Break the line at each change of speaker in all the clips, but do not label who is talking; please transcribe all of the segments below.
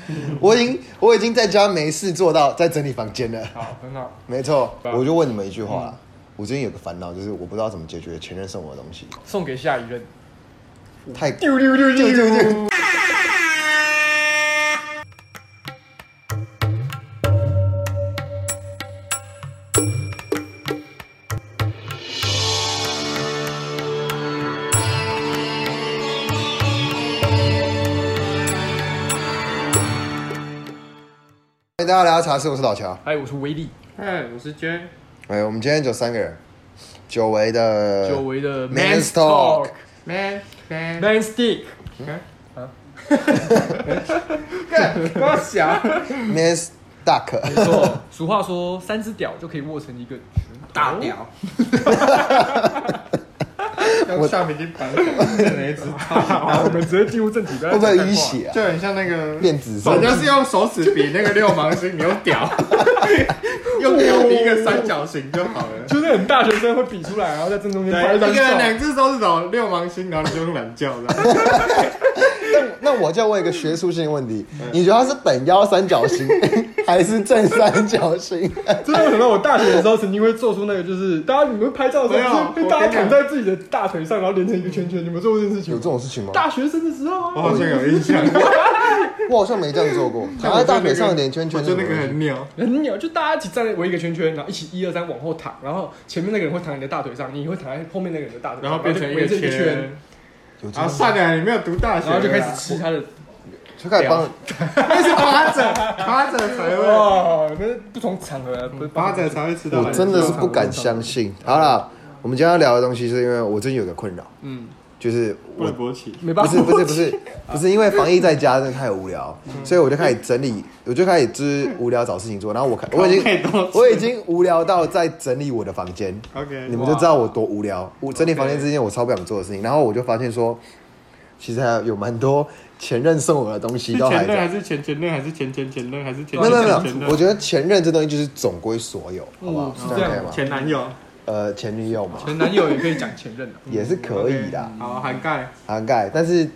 我已经我已经在家没事做到在整理房间了。
好，很好。
没错，
吧
我就问你们一句话啦。我最近有个烦恼，就是我不知道怎么解决前任送我的东西，
送给下一任。
太
丢丢丢
丢丢
丢。
欢迎哎大家来到茶室，我是老乔。
哎，我是威力，
嗨，我是 J，
哎，我们今天就三个人，久违的
久违的
呃 Man's
Man's
Talk
man man，
Man Stick。
我想
Man's Duck，
没错，哦 俗话说三只屌就可以握成一个拳头
大。 屌，用橡皮筋绑住那一只大，
好，我们直接进入正题，不要
会不会
讲
淤
干话？
血啊？
就很像那个
练子
人
手
家是用手指比那个六芒星，你用 屌，用屌比一个三角形就好了。
就是很大学生会比出来，然后在正中间拍
对，
一
一个
张
人两
照。
只手指头六芒星，然后你就用懒觉了。
那那我就问一个学术性问题，你觉得它是等腰三角 形还是正三角 形？
真的，我想到我大学的时候曾经会做出那个，就是大家你们拍照的时候，
没有
被
我
大家
跟你
躺在
讲
自己的大腿上，然后连成一个圈圈。你们做过这件事情
有
吗
这？种事情吗？
大学生的时候啊
我，好像有印象，
我好像没这样做过，躺在大腿上连圈圈
我
是什
觉得
么东
那个
西。
很鸟。
很鸟，就大家一起站在围一个圈圈，然后一起一二三往后躺，然后前面那个人会躺你的大腿上，你会躺在后面那个人的大腿上，
然后变成
就
一
围
个
着一个圈，
圈，
有这
然后
种，
算了，你没有读大学，啊
然后就开
啊
始吃他的。
就开始帮
开始趴着，趴着才会，
哇，那是不同场合
嗯
不是
趴着才会吃到。
我真的是不敢相信。好了，我们今天要聊的东西是因为我最近有个困扰，
嗯，
就是我
不能勃起。
没办
不
法，
是不是不 是不是因为防疫在家真的太无聊，所以我就开始整理，我就开始就是无聊找事情做。然后我看我已
太
经
多次
我已经无聊到在整理我的房间，
OK，
你们就知道我多无聊。我整理房间
OK
之间我超不想做的事情，然后我就发现说，其实还有蛮多前任送我的东西
是
都还
前任
在。
还是前前任还是前前前任还是前
没有没有没
前前
有，我
任？啊
觉得前任这东西就是总归所有，好不好
嗯？
这
是这
样
样
可以吗？
前男友
呃，前女友嘛，
前男友也可以讲前任的，啊嗯
也是可以的。
OK，好，涵盖
涵盖，但是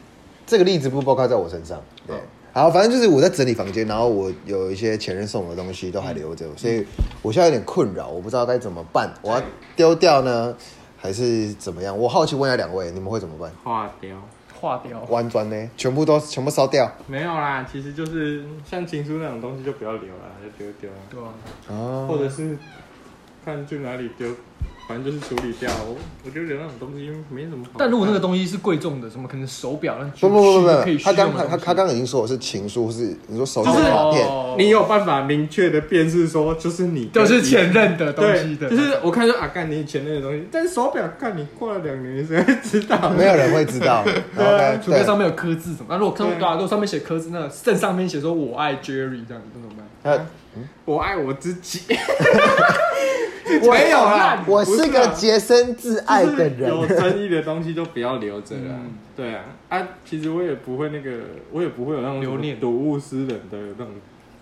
这个例子不包括在我身上。
哦
对，好，反正就是我在整理房间，然后我有一些前任送我的东西都还留
嗯
着，所以我现在有点困扰，我不知道该怎么办，我要丢掉呢，还是怎么样？我好奇问一下两位，你们会怎么办？
化掉。
化掉。
弯砖呢？全部都全部烧掉
没有啦，其实就是像情书那种东西就不要留了，就丢丢啊，
对啊，
或
哦，
者是看去哪里丢，反正就是处理掉。我我觉得留那种东西没什么好。
但如果那个东西是贵重的，什么可能手表，那
不不不不
可以
不，
虚
他刚
用的
他
东
他
西
他刚刚已经说我是情书，是你说手机
就是
卡
哦
片，
你有办法明确的辨识说，就是你
都
跟
哦是
你
前任的东
对
西，的，
就是我看说啊，干你前任的东西，但是手表干你过了两年谁会知道？
没有人会知 道。OK，
啊
除非
对
上，面有刻字什么。那如果上
对
对啊，如果上面写刻字，那正上面写说我爱 Jerry 这样，那怎么办？
那
我爱我自己。没有啦，
我是个
不啊
洁身自爱的
就是有
人。
争议的东西就不要留着了
嗯。
对啊，啊，其实我也不会那个，我也不会有那种
留念
睹物思人的那种。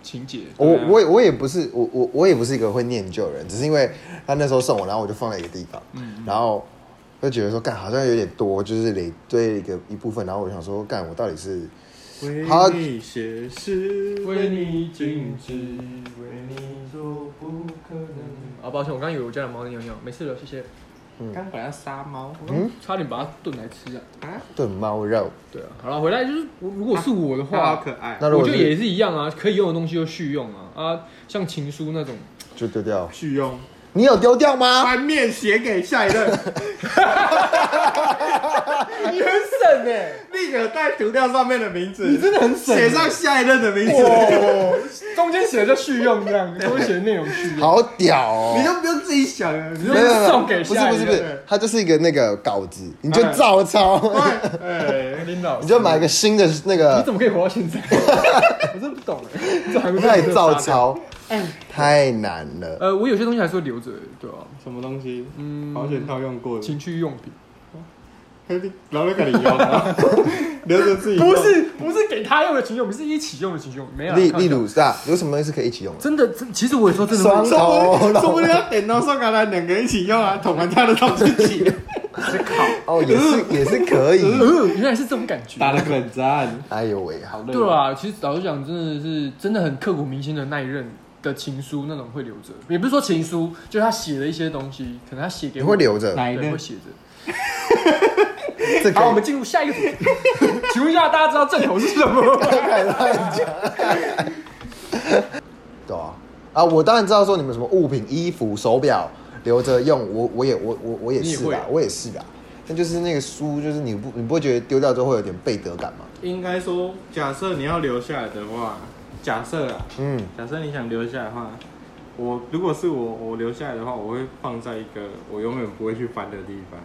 情节
我
对啊
我也我也不是我我我也不是一个会念旧的人，只是因为他那时候送我，然后我就放在一个地方，
嗯
然后就觉得说干好像有点多，就是累堆一个一部分，然后我想说干我到底是好
为你写诗，
为
为
你
你
静
静
止
止，为你做不可能。
啊，抱歉，我刚以为我家的猫在尿尿，没事了，谢谢。
刚把它杀猫，
嗯
差点把它炖来吃啊。
啊，
炖猫肉，
对啊，好了，回来就是我如果
啊
是我的
它好
话，
可爱
那。如
我
果
觉得
是
也是一样啊，可以用的东西就续用啊啊，像情书那种，
就丢掉。
续用
你有丢掉
啊
吗？
翻面写给下一任，
你很省哎，
立刻再涂掉上面的名字，
你真的很省欸
写上下一任的名字，
哇，中间写就续用这样，中间写内容续用，
好屌哦！
你就不用自己想
哎
了，你就
没有没有没有
送给
不是
下一
不是
个嗯
不是
对，
它就是一个那个稿子，你就
哎
照抄，
哎，
领导，
你就买一个新的那
你
个，
怎么可以活到现在？ 我真的不懂哎，这还不
太
是
照抄，哎
哎
太难了。
呃，我有些东西还是会留着欸，对啊，
什么东西？
嗯
保险套用过的，
情趣用品，
老了给你用 啊，留着自己用
不是 不是给他用的情趣用品，是一起用的情趣用品，没有啊
例
开玩
例
笑
如是吧？有什么东西是可以一起用的？
真的，真其实我也说真的
双
会，
头
说
龙
不定要点到送给他两个一起用啊，捅完他的头自己。是烤，
哦，也是也是可以。
呃，原来是这种感觉。
打了冷战，
哎呦喂，
好
好，
累。
对，啊，其实老实讲，真的是真的很刻骨铭心的那一任的情书那种会留着，也不是说情书，就是他写的一些东西，可能他写给
你
我
会留着
哪一
对，
任
会？写着。
这个
好，我们进入下一个主 题。请问一下，大家知道正头是什么？
对啊，啊，我当然知道说你们什么物品、衣服、手表留着用，我我也我我我也是
你也
的
会，
我也是的。但就是那个书，就是你不你不会觉得丢掉之后会有点背德感吗？
应该说，假设你要留下来的话，假设啊，
嗯，
假设你想留下来的话，我如果是我，我留下来的话，我会放在一个我永远不会去翻的地方，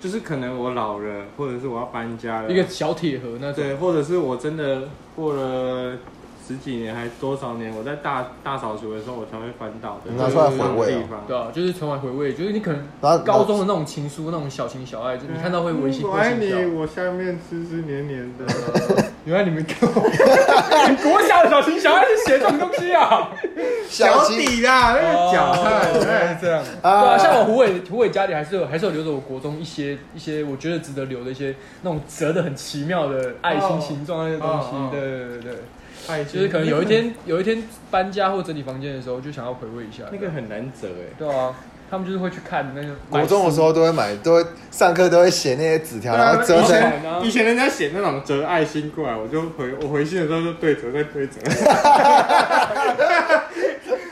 就是可能我老了，或者是我要搬家了，
一个小铁盒那种。
对，或者是我真的过了十几年还多少年，我在大大扫除的时候，我才会翻到的，
拿出来回
就
味
是那
哦
种地方。
对啊，就是从来回味，就是你可能
然后
高中的那种情书、那种小情小爱，就你看到会微心
嗯我
会
爱
心
你，
跳。
我下面湿湿黏黏 的。
原来你们国小的小情小爱是写这种东西啊？
脚
心
底啦，那个脚哎
哦
菜，
原
对
来是这样。对啊，像我胡伟胡伟家里还是有还是有留着我国中一些一些我觉得值得留的一些那种折的很奇妙的爱心形状那些东西。
哦哦哦
对对对对，
爱情
就是可能有一天有一天搬家或整理房间的时候，就想要回味一下。
那个很难折哎，
对啊，他们就是会去看那个。
国中的时候都会买，都会上课都会写那些纸条，
啊
然后折
以
成。
然后
前以前人家写那种折爱心过来，我就回我回信的时候就对折再对折，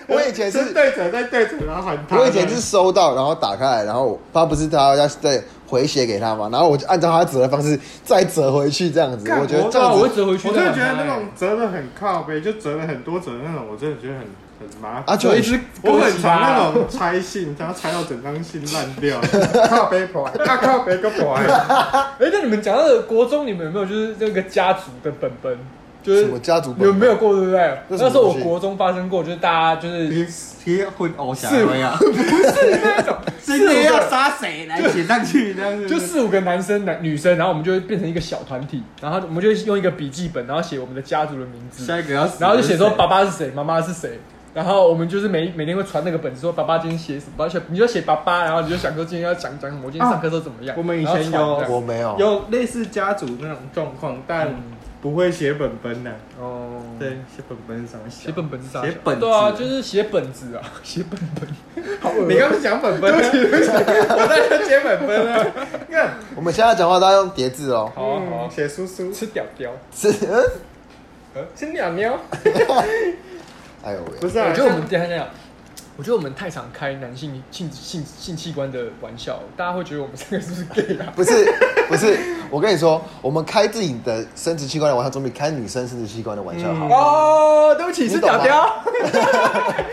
我以前
是
是，
对折再对折，然后还他。
我以前是收到，然后打开来，然后他不是他要再回写给他嘛，然后我就按照他折的方式再折回去这样子。
干
我觉得
我
这
对啊，
样
我会
子
折回去。哎
我真的觉得那种
欸
折的很靠背，就折了很多折的那种，我真的觉得很很麻烦。
啊，就
有一只
我
歌
很
姬吧
常那
啊
种拆信，然后拆到整张信烂掉，靠背破，大靠背个破。
哎、那你们讲到的国中，你们有没有就是这个家族的本本？就是
什么家族本本
有没有过，对不对？
这
那
什么
时候
东
我
西
国中发生过，就是大家就是
贴混偶像
是
啊，
那种四
今
五
天要
个，
杀谁来写上去？这样 子
就四五个男生男女生，然后我们就会变成一个小团体，然后我们就会用一个笔记本，然后写我们的家族的名字，
下一个要死的是谁，
然后就写说爸爸是谁，妈妈是谁。然后我们就是每每天会传那个本子，说爸爸今天写什么，而且你就写爸爸，然后你就想说今天要讲讲什么，我今天上课都怎么样。
我们以前
然后传
有
这样
我没有，
有类似家族那种状况，但不会写本本的、
哦，
对，写本本是什么？
写本本是啥？
写本子
对啊，就是写本子啊，写本 本。好恶
你刚刚讲本本、啊，我在这写本本啊。看，
我们现在讲话都要用叠字哦。
好
嗯
啊好啊，
写叔叔，
吃屌屌。
是，嗯
吃鸟鸟。
哎呦
不
喂，
是啊，
我觉得我们
像
等一下等一下，我觉得我们太常开男性性性性器官的玩笑，大家会觉得我们三个是不是 gay 啊？
不是不是，我跟你说，我们开自己的生殖器官的玩笑，总比开女生生殖器官的玩笑好。
哦，对不起，
你懂吗是屌啊屌。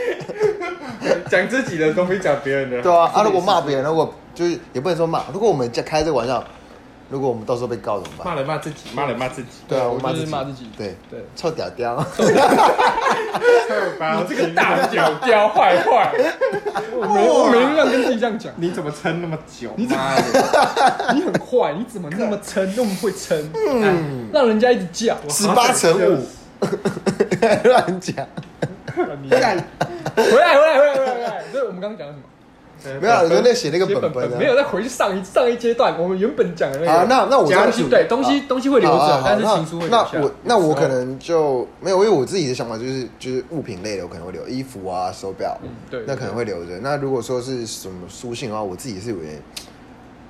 讲自己的，总比讲别人的。
对啊，啊，如果骂别人，如果就是也不能说骂，如果我们在开这个玩笑，如果我们到时候被告怎么办？
骂人骂自己，骂人骂自己。
对啊，我
我
们
就是
骂
骂
自
自
己
己，
对
对，
臭屌 屌，
你
这个大屌 屌坏坏，我没我没乱跟自己这样讲。
你怎么撑那么久？你怎么？
你很坏，你怎么那么撑，那么会撑？嗯，让人家一直叫。
十八乘 五，乱讲。
你
哎
干回来回来回来回来回来！所以我们刚刚 讲的什么？
没有，你说那写那个
写
本
本
本
本
呢？
没有再回去上一上一阶段，我们原本讲的那个。
好，啊那那我
东
样啊
西对东西东西会留
好好
着，
好
但是
那
情书会留下。
啊
哦
那我那我可能就没有，因为我自己的想法就是就是物品类的，我可能会留衣服啊、手表，
嗯对
那可能会留着。那如果说是什么书信的话，我自己是有点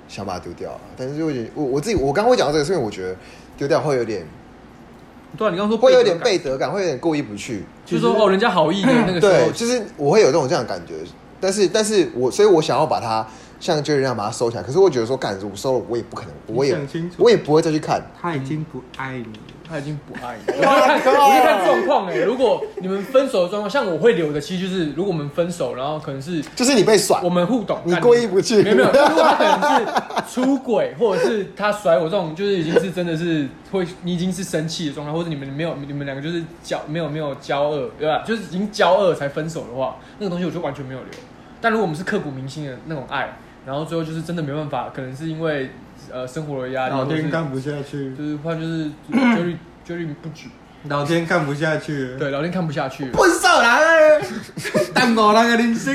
想把它丢掉了，但是我觉得我我自己我刚刚会讲到这个，是因为我觉得丢掉会有点
对啊，你刚刚说
会有点背，德感，会有点过意不去。
就是说哦，人家好意的那个时
对，
候，
就是我会有这种这样的感觉，但是但是我所以我想要把它像就是那样把它收起来，可是我觉得说干我收了我也不可能，我也
想清楚
我也不会再去看。
他已经不爱你了。
他已经不爱你。 我就看，我就看状况哎。如果你们分手的状况，像我会留的，其实就是如果我们分手，然后可能是
就是你被甩
我，们互动，
你
干
过意不去
没有没有，如果他可能是出轨，或者是他甩我这种，就是已经是真的是会，你已经是生气的状态，或者你们没有你们两个就是交没有没有交恶，对吧？就是已经交恶才分手的话，那个东西我就完全没有留。但如果我们是刻骨铭心的那种爱，然后最后就是真的没办法，可能是因为呃生活的压力，或
老
者
哎天
是
看不下去
就，是或者就是焦虑焦虑不止，
老天看不下去。
对，老天看不下去了。
分手啦！耽误人的人生。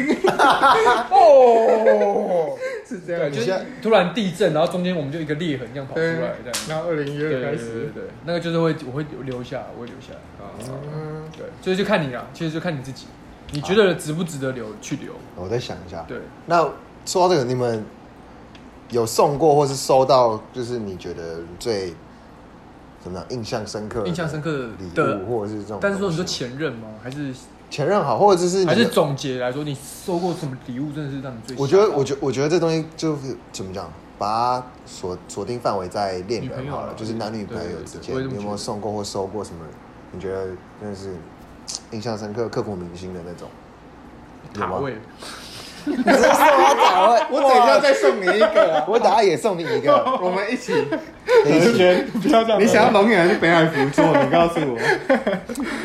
哦，
是这
对，就
样子。
你现
是
在
突然地震，然后中间我们就一个裂痕这样跑出来，
对
这样。，
然后二零一
对
二
对
开
对对
始，
对，那个就是会我会留下，我会留下来。
啊，
嗯，
对，所以就看你啦，其实就看你自己，你觉得值不值得留去留？
我再想一下。
对，
那说到这个，你们有送过或是收到，就是你觉得最怎么样印象深刻的
印象深刻
礼
的
物，或者是这种东西？
但是说你说前任吗？还是
前任好，或者是你的
还是总结来说，你收过什么礼物真的是让你最？
我觉得，我觉我觉得这东西就是怎么讲，把它锁锁定范围在恋
女朋
人
友
好
啦
了，就是男女朋友之
对对对
间，
我也这
你
么
有没
觉得
有送过或收过什么？你觉得真的是嘖印象深刻、刻骨铭心的那种？有
塔
吗
位，
我
我等一下，再送你一个啊，
我等一下也送你一个。
我们一起
你
合圈。
不要这
你想要龙眼还是北海福州？你告诉我。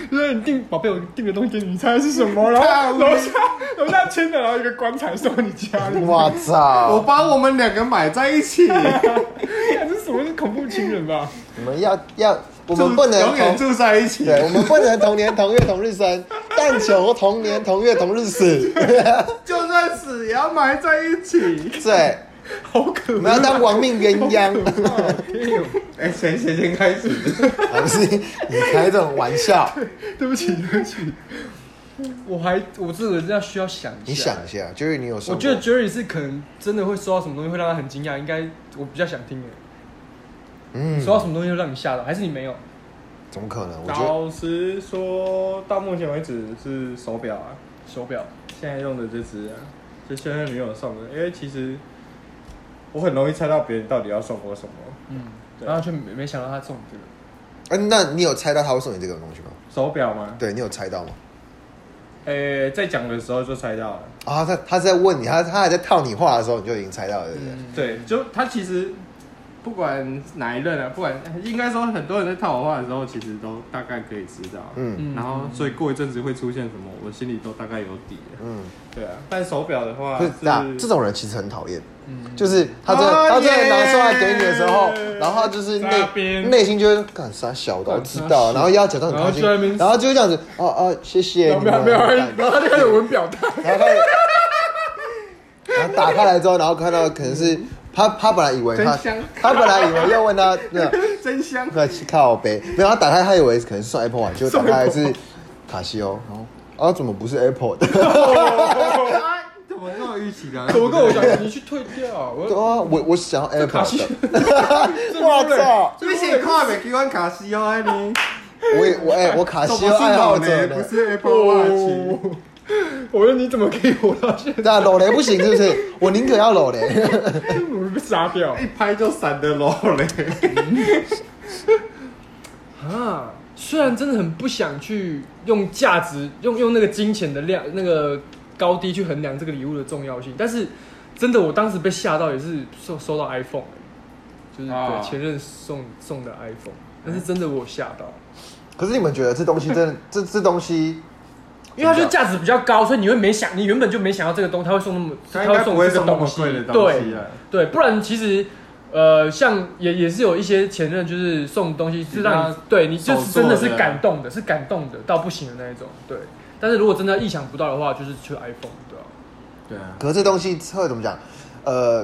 就是你订宝贝，我订个东西给你，你猜是什么？然
大
后
屋
楼下楼下签的，然后一个棺材送到你家里，
我
我
操！
把我们两个买在 一起，
看这是什么是恐怖情人吧？
你们要要，我
我
们不能
永远
同，
住在一起。
对，我们不能同年同月同日生， 但求同年同月同日死。
就算死也要埋在一起。
对，
好可
我们要当亡命鸳鸯。
哎、谁谁先开始？
不是你开这种玩 笑，
对不起，对不起，我还我这个要需要想一下。
你想一下，就是你有说
我
过，
觉得 Jerry 是可能真的会收到什么东西会让他很惊讶，应该我比较想听诶，
嗯，
收到什么东西会让你吓到，还是你没有？
怎么可能？我觉得
老实说，到目前为止是手表啊，
手表，
现在用的这只啊，是现任女友送的。因为其实我很容易猜到别人到底要送我什么。
嗯，
对
然后却没没想到他中这个，
嗯，那你有猜到他会送你这个东西吗？
手表吗？
对你有猜到吗？
呃、在讲的时候就猜到了。
啊，他他是在问你，他他还在套你话的时候，你就已经猜到了，对不对？
嗯，
对，就他其实不管哪一任啊，不管应该说很多人在套我话的时候，其实都大概可以知道。
嗯
嗯
然后，所以过一阵子会出现什么，我心里都大概有底了。
嗯，
对啊，但手表的话
不是那
是
这种人其实很讨厌，
嗯
就是他真
哦
的他真的拿
耶
出来给你的时候，然后他就是
在那
内
边
内心就会干啥小的，我
干
知
傻
道，
小
然后又要假装很
然后
开心
就在那边，
然后就会这样子，哦哦，谢谢你
没有
们，
没有，
感
然后他就开始闻 表带，
然后开始，然后打开来之后，然后看到可能是他，他本来以为他
真香，
他本来以为要问他那个
真香。
快去靠背，没有他打开，他以为可能是送 Apple 啊，结果打开来是卡西欧，然后啊怎么不是 Apple 的？
哎怎么那么预期的？
怎么跟我讲？你去退掉，
对
我
啊，我我想要 Apple
卡西
的，我操！
你写跨美给我卡西欧啊你？
我也我哎、我卡西欧爱好者
不
呢，
是 Apple Watch。
我说你怎么可以活到现在？
那裸啊雷不行是不是？ 我宁可要裸雷。
我们被杀掉
一拍就闪的喽嘞，
啊！虽然真的很不想去用价值、用用那个金钱的量、那个高低去衡量这个礼物的重要性，但是真的我当时被吓到，也是收收到 iPhone，、就是、
啊
对前任送送的 iPhone，但是真的我有吓到，
可是你们觉得这东西真的，这这东西
因为它就价值比较高，所以你会没想，你原本就没想到这个东西，他会送那么，
他应
会
该不会
这个
送那么
东西，
贵的东
对
西啊。
对，不然其实。呃，像也也是有一些前任，就是送东西是让你
比较
对你就是真的是
手做的
感动的，是感动的到不行的那一种。对，但是如果真的意想不到的话，就是去 iPhone，对吧、
对啊，
可是这东西会怎么讲？呃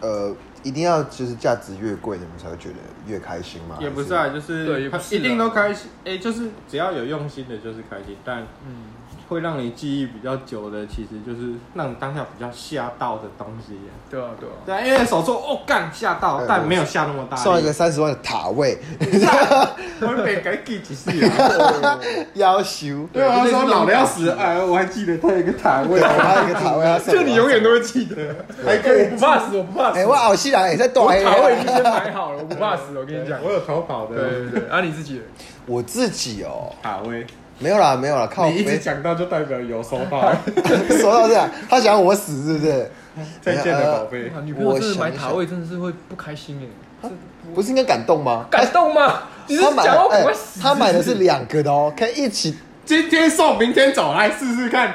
呃，一定要就是价值越贵，你们才会觉得越开心吗？
也不是啊，
还
就是
对也不是啊
一定都开心，哎、就是只要有用心的，就是开心，但
嗯，
会让你记忆比较久的，其实就是让你当下比较吓到的东西啊。
对啊，对啊。
对啊，因为手作哦干吓到
哎，
但没有吓那么大力。
送一个三十万的塔位，
我被给记几次 啊？
要修。
对啊，说老的要死，哎，我还记得他有一个塔位
对，，还有一个塔位要送我。
远都会记得，
还可以
我不怕死，我不怕死。
哎，我哎好西兰也在欸大
我
黑
卡位已经先买好了，我不怕死，我跟你讲。
我有投跑
对对
的
对，啊，你自己的
我自己哦，
塔位，
没有啦，没有啦，靠
你一直
没
讲到就代表有收到，
说到这样，他想我死是不是？
再见了宝贝
哇，。女朋友真的买
我想一
塔
想
位真的是会不开心哎，
不是应该感动吗？
啊
感动吗？你是
哎他买
想要
了，
我
哎
会死？
他买的
不
是两个的哦，可以一起。
今天送，明天走，来试试看。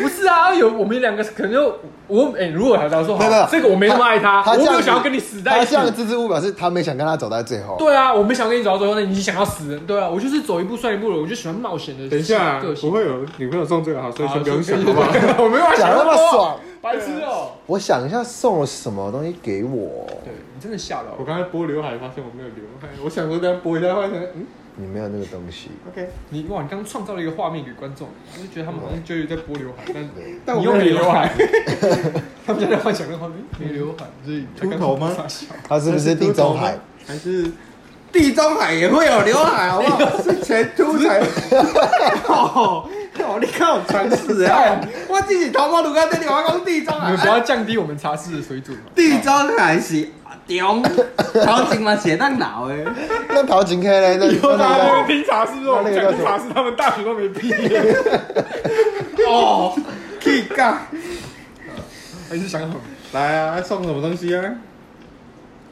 不是啊，有我们两个可能就我哎、如果还要说
没有没有
好，这个我没那么爱他，
他
我
这
没
样
有
子
想要跟你死在
他
一起
这。样支支吾吾表示他没想跟他走在最后。
对啊，我没想跟你走到最后，那你想要死？对啊，我就是走一步算一步了，我就喜欢冒险的
等一下，啊
个性。
不会有女朋友送这个好，所以
好
先不用想，
先
好不好？
我没有
讲
想
那
那
么
么多，
爽，
白痴哦、
我想一下送了什么东西给我，
对你真的吓到
我
我，
刚才拨刘海，发现我没有刘海，我想说再拨一下，发现嗯
你没有那个东西，
，OK，
你哇，你刚刚创造了一个画面给观众，我就觉得他们好像就有在拨刘海，但
对
但我
你又没
没有
刘海，他们就在幻想那个画面，没刘海，所以他刚刚
秃头吗
傻笑
他是不是地中海？
还是？地中海也会有刘海，好不 好？是前凸才。 哦，哦，你看我尝试 啊！我自己头毛都敢在你话讲地中
你
海
们，不要降低我们茶室的水准嘛。
地中海是中，头前嘛写当老的。
那陶景 K 嘞？那
啊
有
那
他
那个
拼茶室
那那个叫什么？
是他们大学都没毕业。哦，气尬！
还是想好
来啊，送什么东西啊？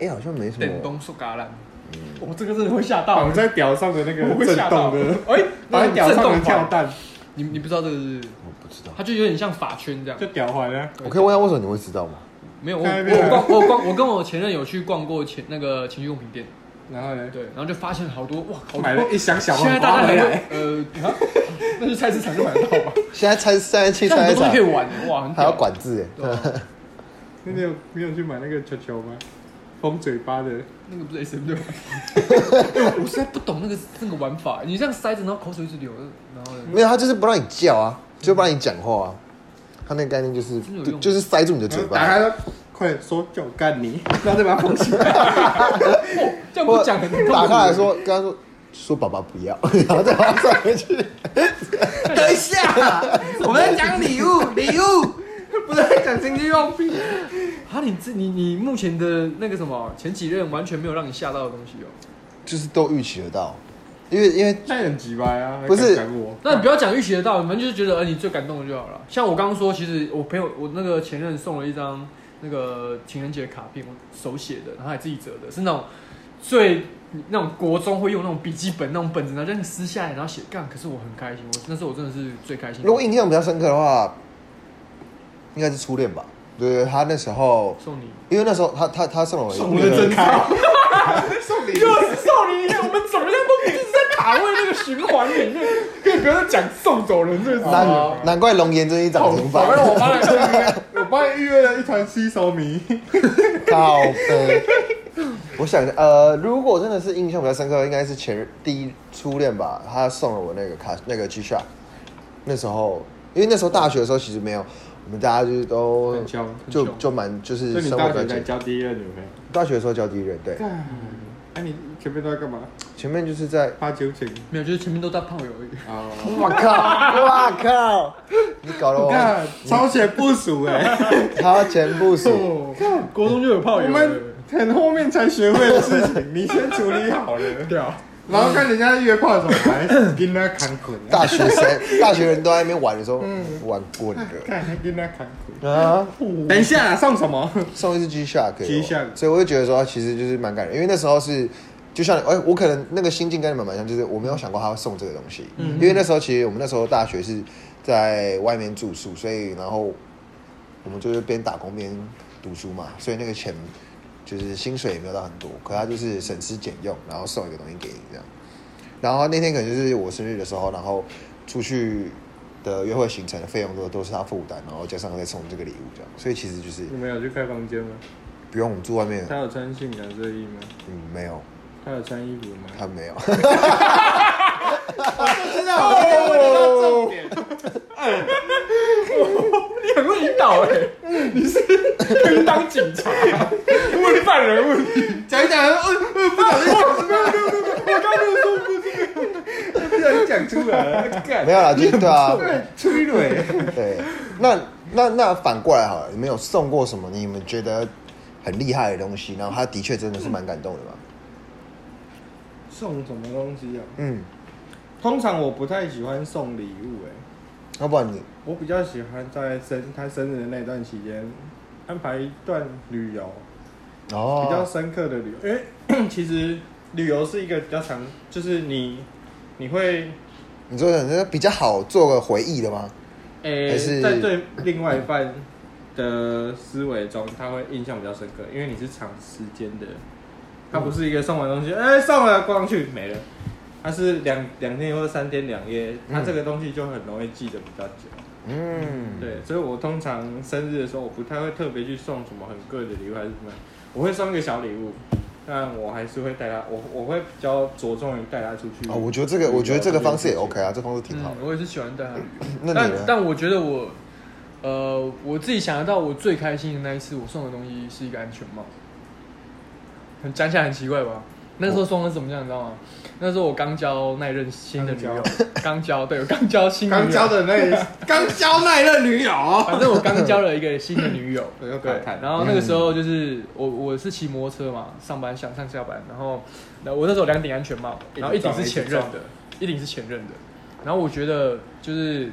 哎，好像没什
电
么。
动塑胶篮，我这个真的会吓到
绑，在屌上的 那
我
个
会
嗯哦震
吓到
动的，
哎，
绑在
那
屌
种震
上的
动
跳
环，
蛋，
你你不知道这个是不是？
我不知道。
它就有点像法圈这样
就。屌环啊。
我可以问一下，为什么你会知道吗？
没有，我
看那边
我逛我逛我跟我前任有去逛过前那个情趣用品店，
然后呢，
对，然后就发现好多哇，好多
买了一箱小
现在
黄
大
瓜
家
回
还
来
会。呃，啊那去菜市场就买得到吧？
现在猜现在去
但
猜
很多
一
东
场
西可以玩的，哇，很
还
屌
要管制哎。
对啊
那你有你有去买那个球球吗？封嘴巴的，
那个不是 SM 对吧？ 我实在不懂那个那个玩法，你这样塞着，然后口水一直流，然后呢
没有，他就是不让你叫啊，就不让你讲话啊。他那个概念就是
真的有
就
用
就是塞住你的嘴
打
巴
开。了，快点说叫我干你，然后再 把它封起来。
哦， 这样不讲很痛苦。
打开来说，跟他说说爸爸不要， 然后再把它塞回去。
等一下，我们在讲礼物， 礼物不是在讲情趣用品。
啊，你自你你目前的那个什么前几任完全没有让你吓到的东西哦。
就是都预期得到，因为因为
那也很急白啊，
不是
还敢讲我，
那你不要讲预期得到，你们就是觉得呃你最感动的就好了。像我刚刚说，其实我朋友我那个前任送了一张那个情人节的卡片，我手写的，然后还自己折的，是那种最那种国中会用那种笔记本那种本子，然后这样撕下来，然后写干。可是我很开心，我那时候我真的是最开心的。
如果印象比较深刻的话，应该是初恋吧。对对，他那时候，
送你，
因为那时候他他他送了我
送
一
的真
个，
开， 送礼
又是送你，我们怎么样都一直在卡位那个循环里面，可以不要再讲送走人这个字了
难。难怪龙岩最近涨停板
反，正我妈来送你。
我帮你预约了一团吸手米，
靠背。我想一下，呃，如果真的是印象比较深刻，应该是前任第一初恋吧。他送了我那个卡，那个 G Shock。那时候，因为那时候大学的时候其实没有，我们大家就是都
很穷很
就
穷
就蛮就是
所以你
生活
大
比较
学才
简单。
交第一任女朋友。
大学的时候交第一任，对，
干，哎，你前面都在干嘛？
前面就是在
发酒情
没有，就是前面都在泡友而已。
哦。
我靠！我靠！你搞得
你
我
看，超前部署啊 哎，
超前部署。
哦， 国中就有泡
我
友了。
们很后面才学会的事 情，你先处理好了。
对啊，
然后看人家约炮什么，还跟他扛捆啊，
大学 生、大学人都在那边玩的时候，
嗯
玩棍的
看还跟他扛捆。
啊，
等一下，送什么？
送一支 G Shock 可以
G Shock
所以我就觉得说，其实就是蛮感人，因为那时候是。就像哎、我可能那个心境跟你们蛮像，就是我没有想过他会送这个东西，因为那时候其实我们那时候大学是在外面住宿，所以然后我们就是边打工边读书嘛，所以那个钱就是薪水也没有到很多，可他就是省吃俭用，然后送一个东西给你这样。然后那天可能就是我生日的时候，然后出去的约会行程的费用都都是他负担，然后加上再送这个礼物这样，所以其实就是
你们有去开房间吗？
不用我们住外面，
他有穿性感睡衣吗？
嗯，没有，
他有穿衣服 吗？
他没有，
知道，我问到重点。
你很会引导哎、你是可以当警 察，问犯人问题。
讲一讲，呃呃，不小心，没有没有没有，我刚没有说过这个，不小心讲出来了，干
没有啦，就是对啊，
对，催泪。
对，那那那反过来好了，你们有送过什么你们觉得很厉害的东西，然后他的确真的是蛮感动的嘛？
送什么东西啊？
嗯，
通常我不太喜欢送礼物、哎，
要不然你
我比较喜欢在生他生日的那段期间安排一段旅游，
哦，
比较深刻的旅游，因为 其实旅游是一个比较长，就是你你会
你说的比较好做个回忆的吗？
诶、
还是
在对另外一半的思维中，他会印象比较深刻，因为你是长时间的，他不是一个送完东西，哎、送了逛去没了，他是两两天或者三天两夜，他这个东西就很容易记得比较久。
嗯，
对，所以我通常生日的时候，我不太会特别去送什么很贵的礼物还是什么，我会送一个小礼物，但我还是会带他，我我会比较着重于带他出去。
哦，我觉得这个，我觉得这个方式也 OK 啊，这方式挺
嗯
好的。，
我也是喜欢带他旅
那
游，
你
但
呢
嗯但我觉得我，呃，我自己想得到我最开心的那一次，我送的东西是一个安全帽，很讲起来很奇怪吧？那时候送的是怎么样，你知道吗？那时候我刚交那一任新的女友
刚，
刚交，对，我刚交新女友
刚交，的那刚交那一任女友，
反正我刚交了一个新的女友，
我又
对
感叹，，
然后那个时候
嗯
就是我我是骑摩托车嘛，上班想上下班，然后那我那时候有两顶安全帽，然后一顶是前任的，一顶是前任的，然后我觉得就是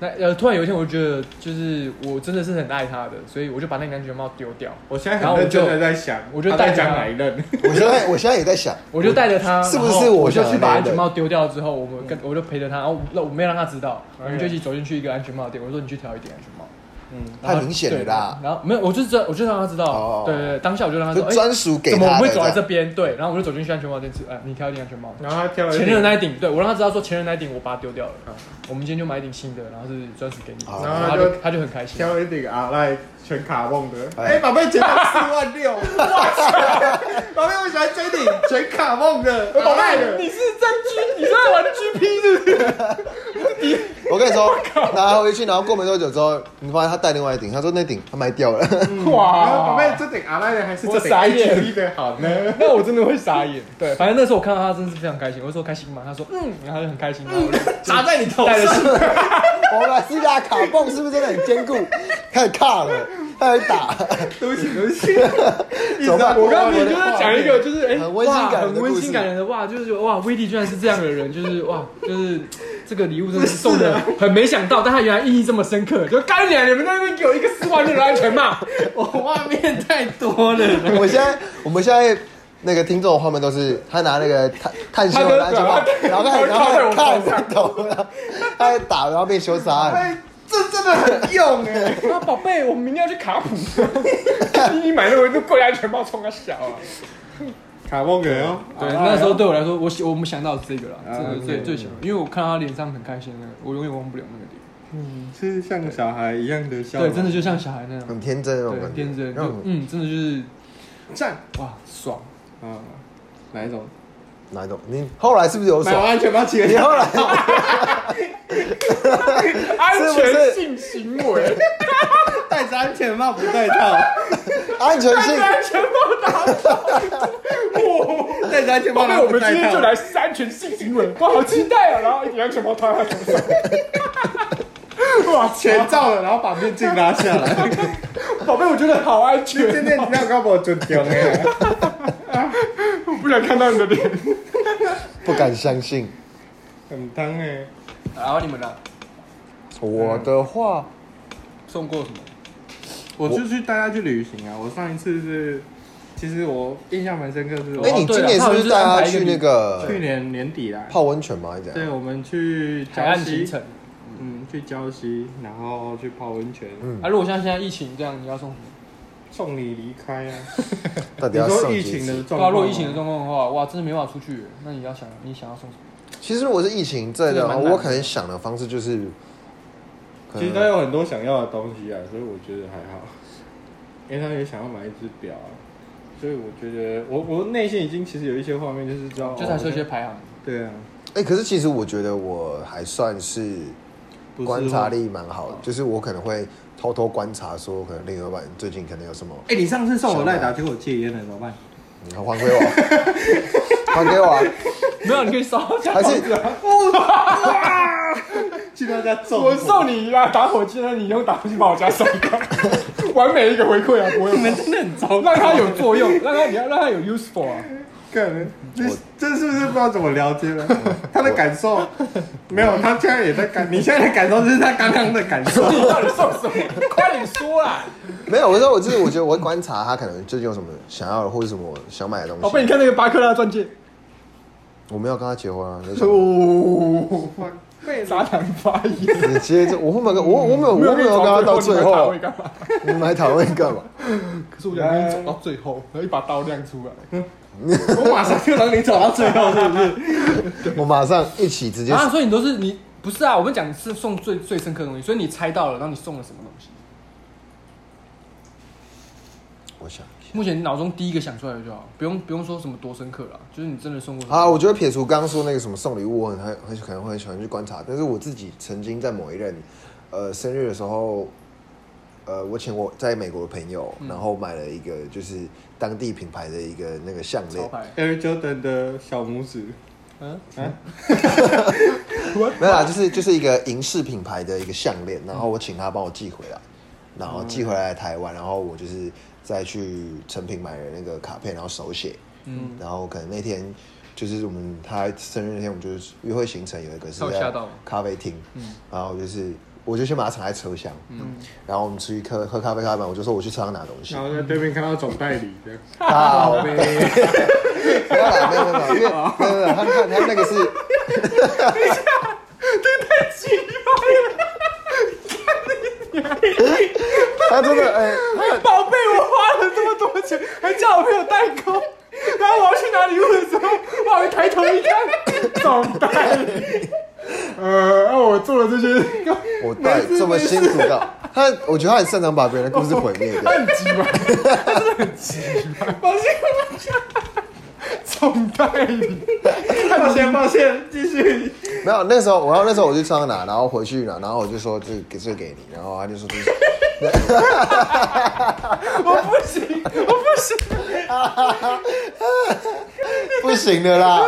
那呃突然有一天我就觉得就是我真的是很爱他的，所以我就把那顶安全帽丢掉，
我现在
然后
很
我
认真的
就
在想，
我就
他在
带
讲
他
哪一任，
我现在我现在也在想，
我就带着他，
是不
然后
是我
我就
想
去
的嗯
把
那一
安全
个
帽丢掉之后，我们跟我就陪着他，然后我我没有让他知道，我们就一起走进去一个安全帽店，我说你去挑一顶安全帽。
嗯，
然后
太明显了啦
对然后没有，我就是知道我就让他知道，
哦
对对对，当下我就让他知
就
道，哎
专属给
怎么我
他的
们会
这
走啊来这
样。
边？对，然后我就走进去安全帽店去，哎，你挑一顶安全帽。
然后他挑了一
前
顶
任的那一顶，对我让他知道说前任那一顶我把它丢掉了
嗯，
我们今天就买一顶新的，然后是专属给你，
哦
然后他
然后他
就
就
他就很开心。
挑了一顶阿赖全卡梦的，
哎
哎，宝贝，减到四万六，哇塞，宝贝，我喜欢这顶全卡梦的，宝贝，
哎你是在 G，你是在玩 GP 是不是？
我跟你说，拿回去，然后过没多久之后，你发现他戴另外一顶，他说那顶他卖掉了。
嗯然后
哇，
宝贝，哎这顶阿赖的还是这
我
顶
傻眼
HP 的好呢。
那我真的会傻眼。对，反正那时候我看到他真是非常开心，我就说开心吗？他说嗯，然后他就很开心，然后我就
嗯砸在你头
带着
上，
新
我们斯达卡泵是不是真的很坚固？开始卡了，开始打，
对不起，对 不起，一
怎么
直
办
在
我刚刚就是讲一个，就是哎，
很温馨
哇
感人的
很温馨
故事啊
感人的哇，就是哇，威力居然是这样的人，就是 哇，就是这个礼物真的是送
啊
的很没想到，但他原来意义这么深刻，就干脸你们在那边给我一个四万六的安全帽，
我画面太多了。
我们现在我们现在那个听众的画面都是他拿那个碳碳纤维的安全帽，然后开始然后开始看人头，然后他在打，然后被羞杀。
哎，这真的很用哎。
啊宝贝，我们明天要去卡普，你买那个贵安全帽冲个小啊，
卡梦人哦，
对，
啊
那时候对我来说，我喜我们想到的是这个了，这
啊
个最
嗯
最喜欢，因为我看到他脸上很开心那个，我永远忘不了那个点，
嗯是像小孩一样的笑容，
对，真的就像小孩那样，
很天真的那种
对，
感觉，
天真，
那
就
种
嗯，真的就是
赞
哇爽。
啊，哪一种？
哪一种？你后来是不是有
买完
爽？
安全帽起
你
来，
后来
安
全
性行为，
戴着安全帽不戴套，
安全性
安全帽打我。
戴着安全帽然后不戴套。
试安全性行为，我好期待啊！然后一顶安全帽套在头上，
哇，全罩了，然后把面镜拉下来。
宝贝，我觉得好安
今天。你那个我尊重哎，
我不想看到你的脸。
不敢相信。
很当哎。
然后你们呢？
我的话，
送过什么？
我就去带他去旅行啊！我上一次是，其实我印象蛮深刻是我，
哎，你今年是不是带他去那个
去年年底啦，
哎泡温泉吗？还是怎
对，
样？
我们去
海
礁
岸行
溪，
程。
嗯，去礁溪，然后去泡温泉，
嗯
啊，如果像现在疫情这样，你要送什么？
送你离开啊！
到
你
底要送
说
几
疫
次
情的状
对啊，
况，
如果疫情的状况的话，哇，真的没办法出去。那你要想，你想要送什么？
其实如果是疫情这
这
的
个
话，
蛮难的
我可能想的方式就是，可
其实
能
他有很多想要的东西啊，所以我觉得还好，因为他也想要买一只表啊，所以我觉得我我内心已经其实有一些画面，就是知道，
就是还是有一些
哦
排行。
对啊，
哎、可是其实我觉得我还算是
不是
观察
话。
力蛮好的，就是我可能会偷偷观察，说可能另一半最近可能有什么，
哎，你上次送我赖打，结果戒烟了，怎么办？
你还给我啊，还给我 啊，
没有，你可以烧一下
还
房子
是
啊
去他家揍
我送你啊，打火机，那你用打火机把我家烧掉，完美一个回馈啊，不会
你们真的很糟糕
让。它有作用， 让它你要让它有 useful 啊。
看，这这是不是不知道怎么聊天 了？他的感受没有，他现在也在感，你现在的感受就是他刚刚的感受。
你到底送什么？快点说啊 啦！
没有，我说我就是我觉得我会观察他可能最近有什么想要的或者什么想买的东
宝哦贝，你
西，啊
看那个巴克拉钻戒，
我没有跟他结婚啊，你
哦，被
撒糖发炎。
你接着我后面跟我我没有我没有跟他到最后
你，干嘛？
你们还讨论干嘛？
可是我想跟你走到最后，然后一把刀亮出 来。
我马上就让你走到最后，是不是？
我马上一起直接
啊，所以你都是你不是啊，我们讲是送最最深刻的东西，所以你猜到了，然后你送了什么东西？
我想一下。
目前脑中第一个想出来的就好，不用不用说什么多深刻了，就是你真的送过什么
啊，我觉得撇除刚刚说那个什么送礼物，我很很很可能会很喜欢去观察，但是我自己曾经在某一任，呃，生日的时候，呃，我请我在美国的朋友，然后买了一个就是当地品牌的一个那个项
潮
链，
牌，
Air Jordan 的小拇指，
嗯，
没有啦，就是就是一个银饰品牌的一个项链，然后我请他帮我寄回来，然后寄回来台湾，然后我就是再去成品买了那个卡片，然后手写，嗯，然后可能那天就是我们他生日那天，我们就是约会行程有一个是
他有吓
在
到吗
咖啡厅，嗯，然后就是我就先把它藏在车厢，嗯，然后我们出去喝喝咖啡，咖啡嘛，我就说我去车上拿东西
然，后在对面看到总代理这
嗯
样，
好
好呗。
没有啦，没有没有，没有因为没有没有，他他他那个是，他真的哎。
宝贝，我花了这么多钱，还叫我朋友代购，然后我要去拿礼物的时候，我还抬头一看，总 代
呃，
啊
那我做了这些，
我带这么辛苦的，他我觉得他很擅长把别人的故事毁灭掉。
很急吧？他真的很急，抱歉，总代理，
抱歉抱歉，继续。
没有，那时候，我然后那时候我去车上拿，然后回去拿，然后我就说这个给这个给你，然后他就说这是，
我不行，我不行，
不行的啦，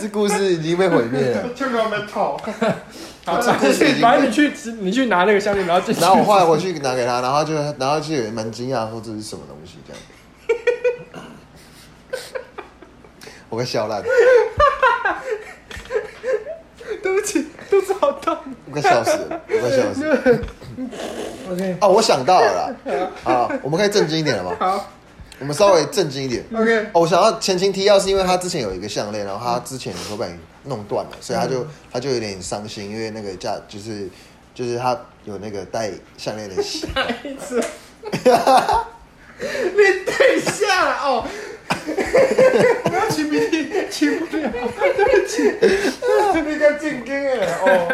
这故事已经被毁灭了。
这个没套，
好， 反正你去，你去拿那个项链，然后进 去，
然后我后来回去拿给他，然后他就然后就有人蛮惊讶说这啊是什么东西这样。我快笑烂，
对不起，肚子好痛。
我快笑死了，我快笑死了。
OK，
哦，我想到了啦，好，我们可以正经一点了吗？
好
我们稍微正经一点。
，OK，
哦，我想要前情提要是因为他之前有一个项链，然后他之前手表弄断了，所以他就、他就有点伤心，因为那个价就是就是他有那个戴项链的习惯，
一次。你等一下哦，
不要起鼻涕，起不了。
你个进京哎哦。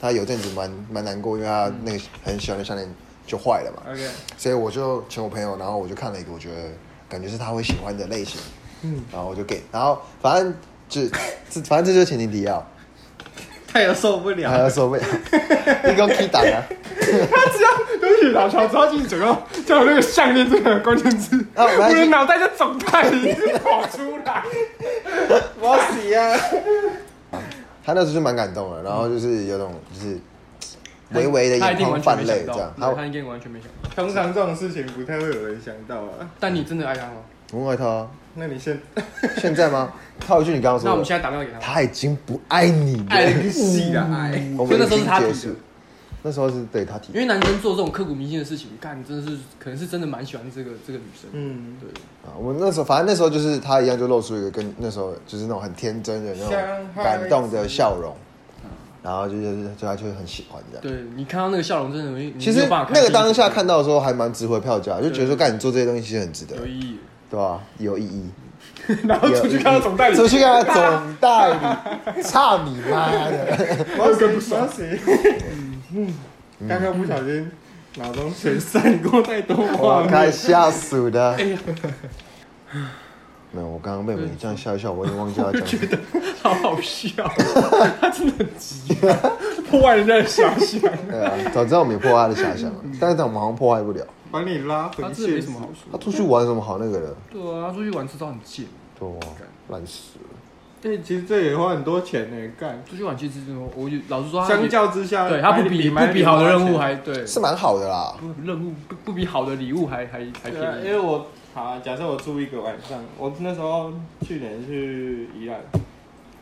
他有阵子蛮蛮难过，因为他那个很喜欢的项链就坏了嘛，
OK，
所以我就请我朋友，然后我就看了一个我觉得感觉是他会喜欢的类型，嗯，然后我就给，然后反正就这反正这就是前情提 要，
他也受不
还
了，
要收费，你给我 key 档啊。
他只 要对不起，老乔只要进去整个叫我那个项链这个关键字，
啊没关
我
系
的脑袋就总在一直跑出来。
我死啊！
他那时候就蛮感动的，然后就是有种就是微微的眼眶泛泪这样。他
嗯他一定完全没想到。
通常这种事情不太会有人想到啊。
但你真的爱他吗？
我问他啊，
那你先
现在吗？套一句你刚刚
那
说
我们
的，
现在打电话给他。
他已经不爱你了。
爱了个戏啊，爱。
我们
所以那时候是
已经
他提
结
哎的
束，那时候是对他提
因为男生做这种刻骨铭心的事情，干真的是可能是真的蛮喜欢这个这个女生。
嗯，
对，
啊。我们那时候反正那时候就是他一样就露出一个跟那时候就是那种很天真的那种感动的笑容，然后就是就他就很喜欢这样。
对你看到那个笑容，真的容易。
其
你
实
没嗯有办法
那个当下看
到
到的时候还蛮值回票价，就觉得说
对
干你做这些东西其实很值得，
有意义，
对吧？有意义。
然后出去看到总 代理，
出去看他总代理，操你妈 的！
嗯
我跟不上谁。刚刚不小心脑中全闪过太多画
我
面。
快笑死的。
哎呀
没有，我刚刚被你这样笑一笑，我已经忘记要 讲什么。
好好笑， 他真的很急，破坏人家的遐想。
对啊，早知道我们也破坏了遐想了，
嗯
但是我们好像破坏不了。
把你拉 回
他真的没
现
什
实
么。好说。
他出去玩有什么好那个的？
对啊，出去玩吃到很贱，
对啊，烂死了。
对，哎其实这也花很多钱呢，干。
出去玩其实我我就老实说他，
相较之下，
对他不比不比好的任务还对，
是蛮好的啦。
不任务不不比好的礼物还还还
对啊，因
便宜。
为我啊，假设我住一个晚上，我那时候去年去宜兰，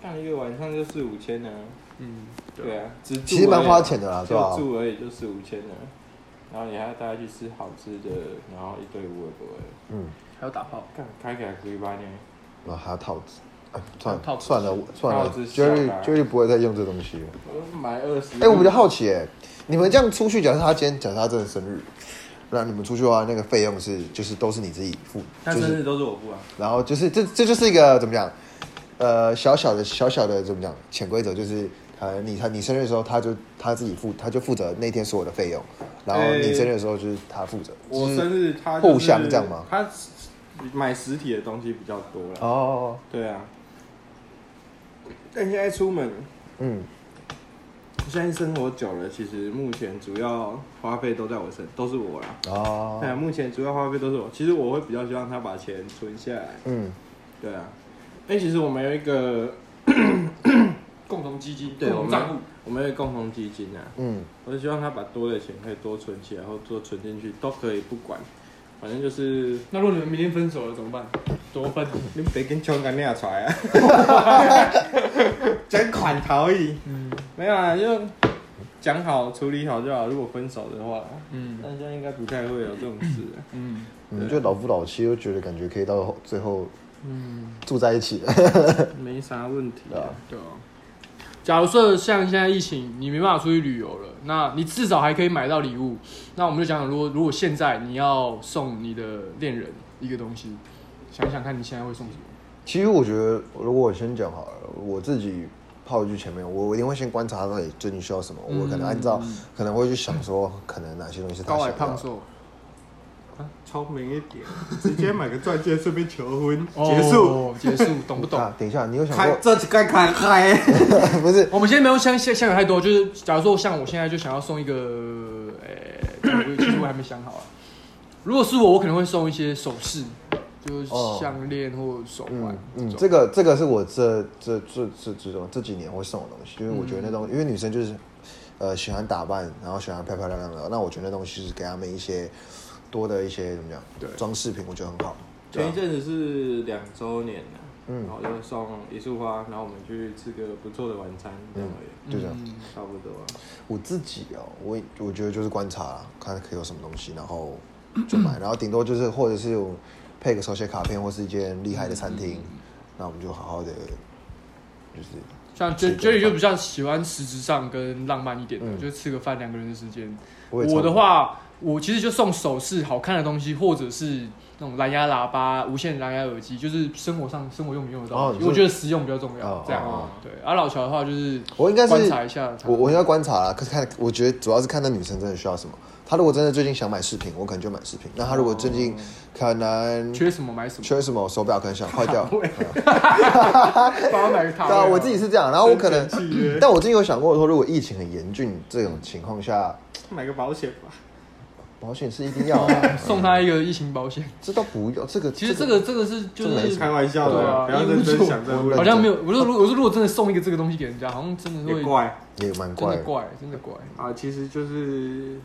干一个晚上就四五千呢。啊
嗯，
对啊，只住
其实蛮
而已
花钱的啦，对吧
就？住而已就四五千了，然后你还要带他去吃好吃的，然后一堆无为不为，
嗯，
还要打炮，
干开起来亏吧呢。
然后还要套子。哎，算
套
了
子
算了我算了
套子笑
，Jerry
啦
Jerry 不会再用这东西了。
我都买二十。
哎，我比较好奇，哎，你们这样出去，假设他今天假设他真的生日，那你们出去的话，那个费用是就是都是你自己付，
他
就
生
是
日都是我付啊。
然后就是这这就是一个怎么讲，呃，小小的小小的怎么讲潜规则，就是呃，你他你生日的时候，他就他自己负，他就负责那天所有的费用，然后你
哎
生日的时候就是他负责。
我
就是
生日他
互
就是
相这样吗
他买实体的东西比较多了。
哦，
对啊，但现在出门，
嗯，
现在生活久了，其实目前主要花费都在我身，都是我啦。对啊，
哦，
目前主要花费都是我。其实我会比较希望他把钱存下来。
嗯，
对啊，哎，其实我们有一个，
共同基金、共
对我
同
们
账户，
我们有一个共同基金啊。
嗯，
我是希望他把多的钱可以多存起来，或多存进去都可以，不管，反正就是
那如果你们明天分手了怎么办？多分？
你别跟穷干那样出 来啊，捐款逃逸，
嗯
没有啊，就讲好处理好就好。如果分手的话，
嗯
但现在应该不太会有这种事啊、
嗯
你就老夫老妻都觉得感觉可以到后最后
嗯，
住在一起了，
没啥问题
对啊
啊。
对啊。假如说像现在疫情，你没办法出去旅游了，那你至少还可以买到礼物。那我们就讲讲，如果如果现在你要送你的恋人一个东西，想想看你现在会送什么？
其实我觉得，如果我先讲好了，我自己跑去前面，我我一定会先观察到底最近需要什么，我可能按照
嗯
可能会去想说，可能哪些东西是他
高矮
想要
胖
的。
瘦，
啊聪明一 点，直接买个钻戒，顺便求婚，结束。
哦，结束，懂 不懂？
啊，等一下，你有想
开
过？
这次该开开，
不是，
我们现在没有想想想有太多，就是假如说像我现在就想要送一个，呃、我其实我还没想好啊。如果是我，我可能会送一些首饰，就是
哦
项链或手
嗯
环、
嗯，这
这种
个这个是我这这这这这种这几年会送的东西，因为我觉得那东
嗯
因为女生就是呃喜欢打扮，然后喜欢漂漂亮亮的，那我觉得那东西是给她们一些多的一些怎么讲，
对
装饰品，我觉得很好。
前一阵子是两周年了，
嗯
然后就送一束花，然后我们去吃个不错的晚餐，这样而已，
就这样，
嗯
差不多啊。
我自己哦，我我觉得就是观察啦，看可以有什么东西，然后就买，
嗯
然后顶多就是或者是有配个手写卡片，或是一间厉害的餐厅，
嗯
那我们就好好的就是
像
这
J
个
J 就比较喜欢实质上跟浪漫一点的，
嗯
就是吃个饭，两个人的时间。
也差
我
不多
的话，我其实就送首饰、好看的东西，或者是那种蓝牙喇叭、无线蓝牙耳机，就是生活上生活用品用得到
哦
的东
你
西。
说
我觉得实用比较重要。
哦
这样，
哦
对。而、老乔的话就是
我应该是
观察一下他，
我我应该观察啦，可是看，我觉得主要是看那女生真的需要什么。她如果真的最近想买饰品，我可能就买饰品。那她如果最
哦
近可能
缺什么买什么。
缺什么手表，可能想坏掉。嗯
帮他买个塔
对
位
啊，我自己是这样。然后我可能
生气耶，
但我最近有想过说，如果疫情很严峻这种情况下，
买个保险吧。
保险是一定要啊。
送他一个疫情保险。
这倒不用，这个
哦其实这个这个是就
这没
是
什
开玩笑
对
的
啊
啊，不要认真想这 个问题。
好像没有。我说如我说如果真的送一个这个东西给人家，好像真的
也
会
怪
也蛮
真
怪
的
的。
怪，真的怪。
啊，其实就是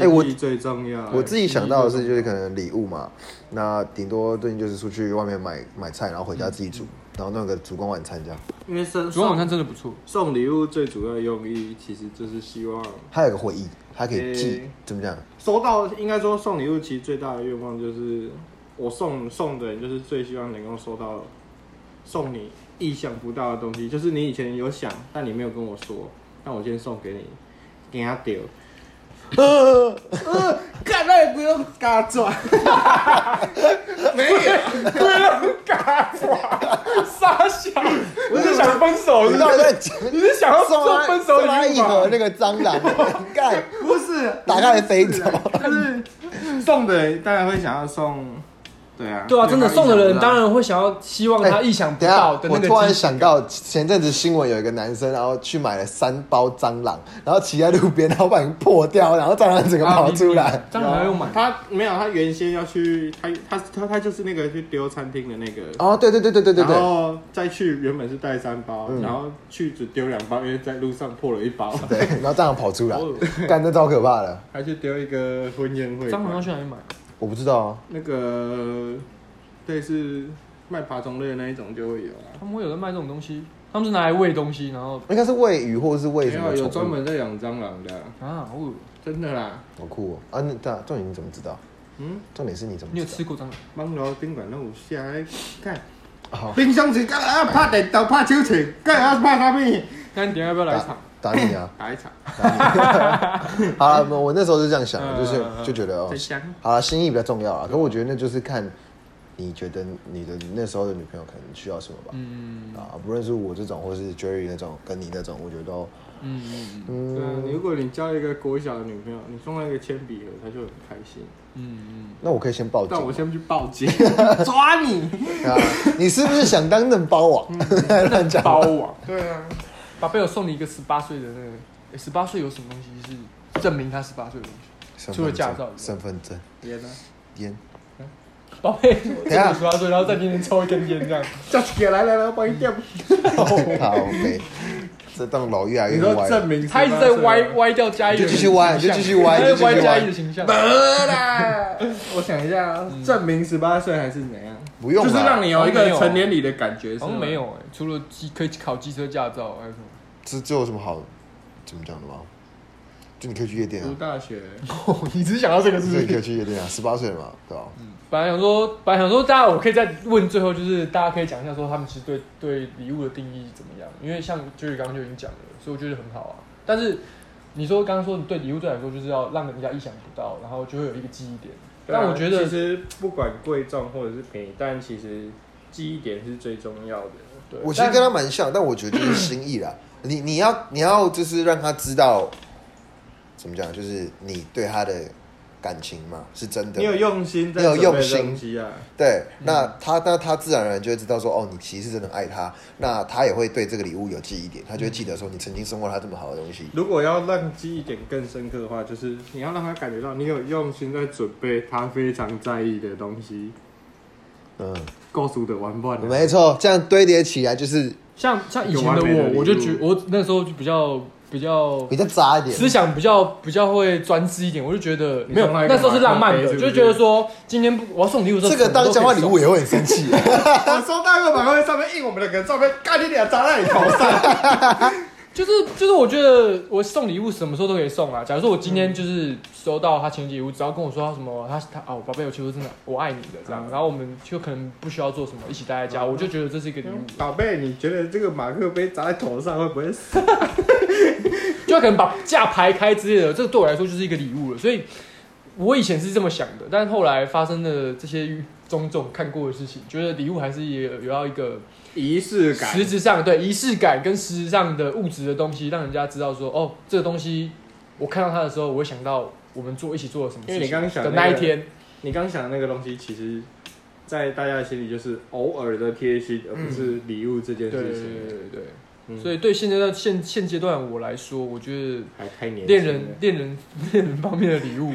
哎我
心意最重
啊
要。
我自己想到的是，就是可能礼物嘛，那顶多最近就是出去外面买买菜，然后回家自己煮，
嗯
然后弄个烛光晚餐这样。
因为送
烛光晚餐真的不错，
送礼物最主要的用意，其实就是希望
它有个回忆，它可以记
诶，
怎么 讲？
收到，应该说送礼物其实最大的愿望就是，我送送的人就是最希望能够收到送你意想不到的东西，就是你以前有想，但你没有跟我说，那我先送给你，给他丢。呃，干那也不用嘎转，没有，
不要干我，傻笑。 我是想分手，
你
知道
在
吗？
那讲
你是想要
送
送
他
分手
送他
礼
一
物吗
盒？那个蟑螂， 干
不是，
打开来飞走。
就是送的人当然会想要送，对啊，
对啊，真的送的人当
然
然会想要希望他意想不
哎等一下
到的，那
我
个
突然
惊喜。
想到前阵子新闻有一个男生，然后去买了三包蟑螂，然后骑在路边，然后把人破掉，然后蟑螂整个
啊
跑出来。
当然还用
哦
买。
他没有，他原先要去，他他他他就是那个去丢餐厅的那个，
哦，对对对对对对
然
对，
后再去原本是带三包，
嗯
然后去只丢两包，因为在路上破了 一包，
对，然后蟑螂跑出来
哦，
干这超可怕的，
还去丢一个婚宴会
蟑螂要去哪里买？
我不知道啊。
那个类似卖爬虫类的那一种就会有啊，
他们会有人卖这种东西，他们是拿来喂东西，然后
应该是喂鱼或者是喂
没
什么
有有专
宠物，
门在养蟑螂的啊，
啊，好恶
真的啦，
好酷哦！啊，那对啊，重点你怎么知道？
嗯，
重点是你怎么
你
知
有
道？
吃过蟑螂？
芒楼宾馆那有下来看。
哦
好，
冰箱是干啊，拍电动、拍手机，干啊拍啥 物？
那你等一下要不要来一场？
打你啊！
打一场，
好了，我我那时候是这样想的，就是
嗯嗯嗯
就觉得哦
在，想
好了，心意比较重要啊。可我觉得那就是看你觉得你的那时候的女朋友可能需要什么吧。
嗯
啊，不论是我这种，或是 Jerry 那种，跟你那种，我觉得都
嗯嗯嗯
对啊，你如果你交一个国小的女朋友，你送她一个铅笔盒，她就很开心。
嗯
那我可以先报警
但我
吗。
先去报警， 抓 你，
啊，你是不是想当嫩包啊王？ 乱讲
包网。对啊，
嗯，宝贝，我送你一个十八岁的那个，十八岁有什么东西是证明他十八岁的东西？
身份证
除了驾照以外
身份证、
别呢，
烟，
宝贝，
等一下
我十八岁，然后在面前抽一根烟这样。
叫起来来来，我帮你垫。
好，OK。这栋楼越来
你
越
说
歪了
证。明
哎他一直在歪歪掉嘉义的
就
形象，
继续歪就继续歪
他在
就继续歪
歪嘉义的形象。
啦。 我想一下
嗯
啊，证明十八岁还是怎样？
不用啦
就是让你有一个成年礼的感觉，
啊好像
是吗
哦没。有哎、除了机可以考机车驾照，啊还有什么？
这这有什么好怎么讲的吗？就你可以去夜店
读
啊，
大学，
你只是想到这个
就
事
是你可
情。
以去夜店啊，十八岁嘛，对吧？
本来想说，本来想说，大家我可以再问最后，就是大家可以讲一下说他们其实对对礼物的定义怎么样？因为像 Jerry 刚刚就已经讲了，所以我觉得很好啊。但是你说刚刚说你对礼物对来说就是要让人家意想不到，然后就会有一个记忆点。
对啊
但我觉得
其实不管贵重或者是便宜，但其实记忆点是最重要的。
对，
我其实跟他蛮像，但我觉得就是心意啦。你你要你要就是让他知道怎么讲，就是你对他的感情嘛，是真的
你。有用心在
你有
准备
用心
东西啊，
对，
嗯
那他那他自然而然就会知道说，哦，你其实是真的爱他，那他也会对这个礼物有记忆点，他就会记得说你曾经送过他这么好的东西。
如果要让记忆点更深刻的话，就是你要让他感觉到你有用心在准备他非常在意的东西，
嗯，
够足的玩
嗯
伴、啊
没错，这样堆叠起来就是
像像以前
有
的
完美的礼物
我，我就觉我那时候就比较比较
比较渣一点。
思想比较比较会专制一点，我就觉得
你
没有
从来
那时候是浪漫的，
干嘛
就觉得说今天不我要送礼物的时候，
这个当交换礼物也会很生 气。
我收到一个晚会上面印我们两个人照片，干你俩砸在你头上。
就是就是，我觉得我送礼物什么时候都可以送啊。假如说我今天就是收到他情人节礼物，只要跟我说他什么，他他哦，宝贝，我其实真的我爱你的这样，然后我们就可能不需要做什么，一起待在家，我就觉得这是一个礼物。
宝贝，你觉得这个马克杯砸在头上会不会死？
就可能把价排开之类的，这个对我来说就是一个礼物了。所以我以前是这么想的，但是后来发生的这些 种种看过的事情，觉得礼物还是也有要一个
仪式感，
实质上对仪式感跟实质上的物质的东西，让人家知道说，哦，这个东西我看到它的时候，我会想到我们做一起做了什么事情
因为你刚刚想
的
那
那
个
一天，
你刚想的那个东西，其实，在大家的心里就是偶尔的贴心，而不是礼物这件
对对
事
嗯对
情。
对对。
嗯
所以对现阶段现现阶段我来说，我觉得
还太年轻
恋
了
人恋人恋人方面的礼物，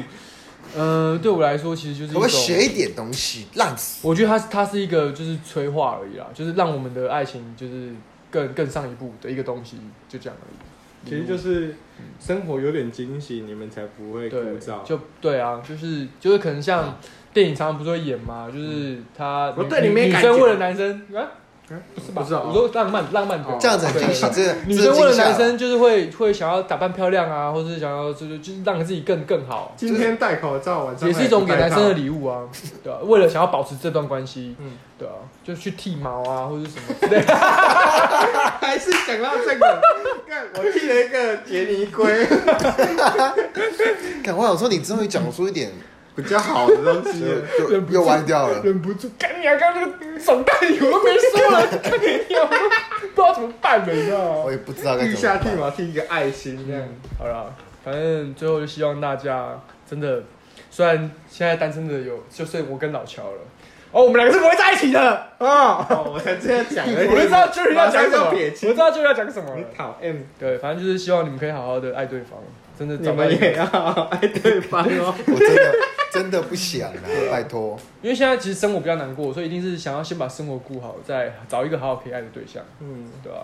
呃，对我来说其实就是一
可不可以
种
学一点东西？烂死！
我觉得它是它是一个就是催化而已啦，就是让我们的爱情就是更更上一步的一个东西，就这样而已。
其实就是生活有点惊喜，你们才不会枯
嗯对，
燥。
就对啊，就是就是可能像电影常常不是会演嘛，就是他
嗯我
女
对你
女
没
女
感
生
觉嗯
为了男生啊，
不
是吧？
不知道
我说浪漫浪漫的
哦
这样子很
对
惊喜，这
女生为了男生就是会会想要打扮漂亮啊，或者是想要就是就是让自己更更好，
今天戴口罩，晚上
也是一种给男生的
礼。
礼物啊，对啊，为了想要保持这段关系，
嗯，
对啊，就去剃毛啊或者是什么之类的。
还是讲到这个， 看我剃了一个杰尼龟，
赶快！我说你终于讲出一点，
比较好的东西了。
又又又歪掉了。
忍不住，干你啊！刚刚那个总代理我都没说了，干你啊！我都不知道怎么办了，你知道
我
吗？
也不知道该
地
怎
下
么
剃
办。
毛剃一个爱心这样
嗯。，好了，反正最后就希望大家真的，虽然现在单身的有，就剩我跟老乔了，哦，我们两个是不会在一起的啊！
哦，我才这样讲而 已。
我就知道 Jerry 要讲什么，
马上就
我
撇
知
清。
道 Jerry 要讲什么
你
了。
讨厌，
对，反正就是希望你们可以好好的爱对方，真的
你
找到
们
一个
也要爱对方哦。
我真的真的不想了，
啊
拜托。
因为现在其实生活比较难过，所以一定是想要先把生活顾好，再找一个好好可以爱的对象。
嗯，
对啊，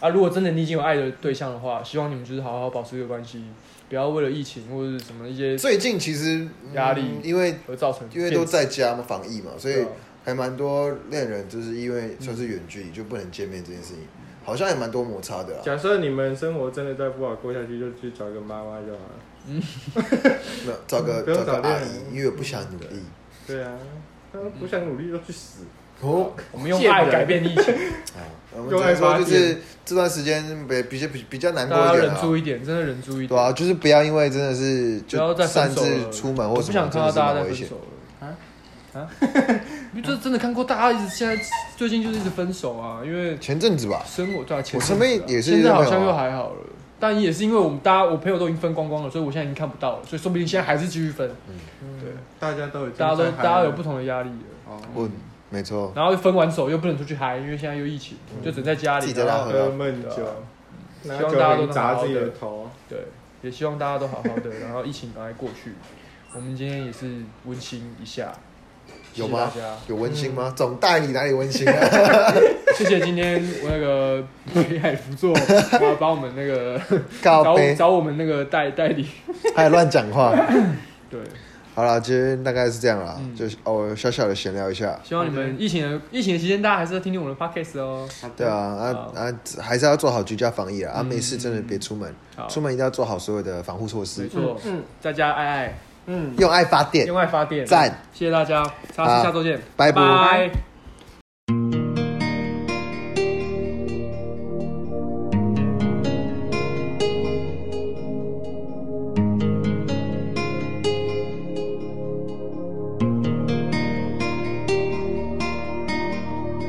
啊，如果真的你已经有爱的对象的话，希望你们就是好好保持这个关系，不要为了疫情或者是什么一些
最近其实嗯
压力
因为
而造成
因为
变
都在家嘛，防疫嘛，所
对
以
啊
还蛮多恋人就是因为算是远距离就不能见面这件事情，好像也蛮多摩擦的啊啦。
假设你们生活真的再不好过下去，就去找个妈妈就好了。
那找个
不用
找个
找恋
阿
人
姨，因为我不想努力。
对啊，他们不
嗯
想努力就去死。
哦，
我们用
贱人
爱改变疫情，
啊，我们只能说就是这段时间比比较比比较难过
大家
一点
忍
啊。
住一点，真的忍住一点。
对啊，就是不要因为真的是
不要
就
再
擅
分手了
自出门
我
或
不
什
想
么，真
看到
的是
大家
蛮
再
危
分
险
手。了。
啊
啊，啊， 因为这真的看过，大家一直现在最近就是一直分手啊，因为
前阵子吧，
生活对啊，
我
前阵
身
子啊
边也是
现在好像
朋友
又
啊
还好了，但也是因为我们大家我朋友都已经分光光了，所以我现在已经看不到了，所以说不
嗯
定现在还是继续分，对，
大家都有
大家都大家有不同的压力了，
哦，
我没错，
然后分完手又不能出去嗨，因为现在又疫情，就只能在家里，
自己在家
然后
喝
喝闷酒
对啊，
拿
希望
酒
大家都
瓶
能
砸
好好
自己
的
的头，
对，也希望大家都好好的，然后疫情赶快过去。我们今天也是温馨一下，谢
有
谢大
吗
家，？
有温馨
嗯
吗？总代理哪里温馨 啊？
谢谢今天我那个北海福座，然后帮我们那个
告
找
杯，
找我们那个代代理，
还有乱讲话。
对，
好了，今天大概是这样啦，
嗯
就是偶尔小小的闲聊一下。
希望你们疫情的疫情的期间，大家还是要听听我们的 podcast 哦。
对啊，啊啊，还是要做好居家防疫啊！啊，没事真的别出门，
好，
出门一定要做好所有的防护措
没
施，
错，
嗯
在家爱爱，
嗯。
用爱发电
用。爱发电，
赞，
谢谢大家，下
好
次下周见，
拜拜
拜。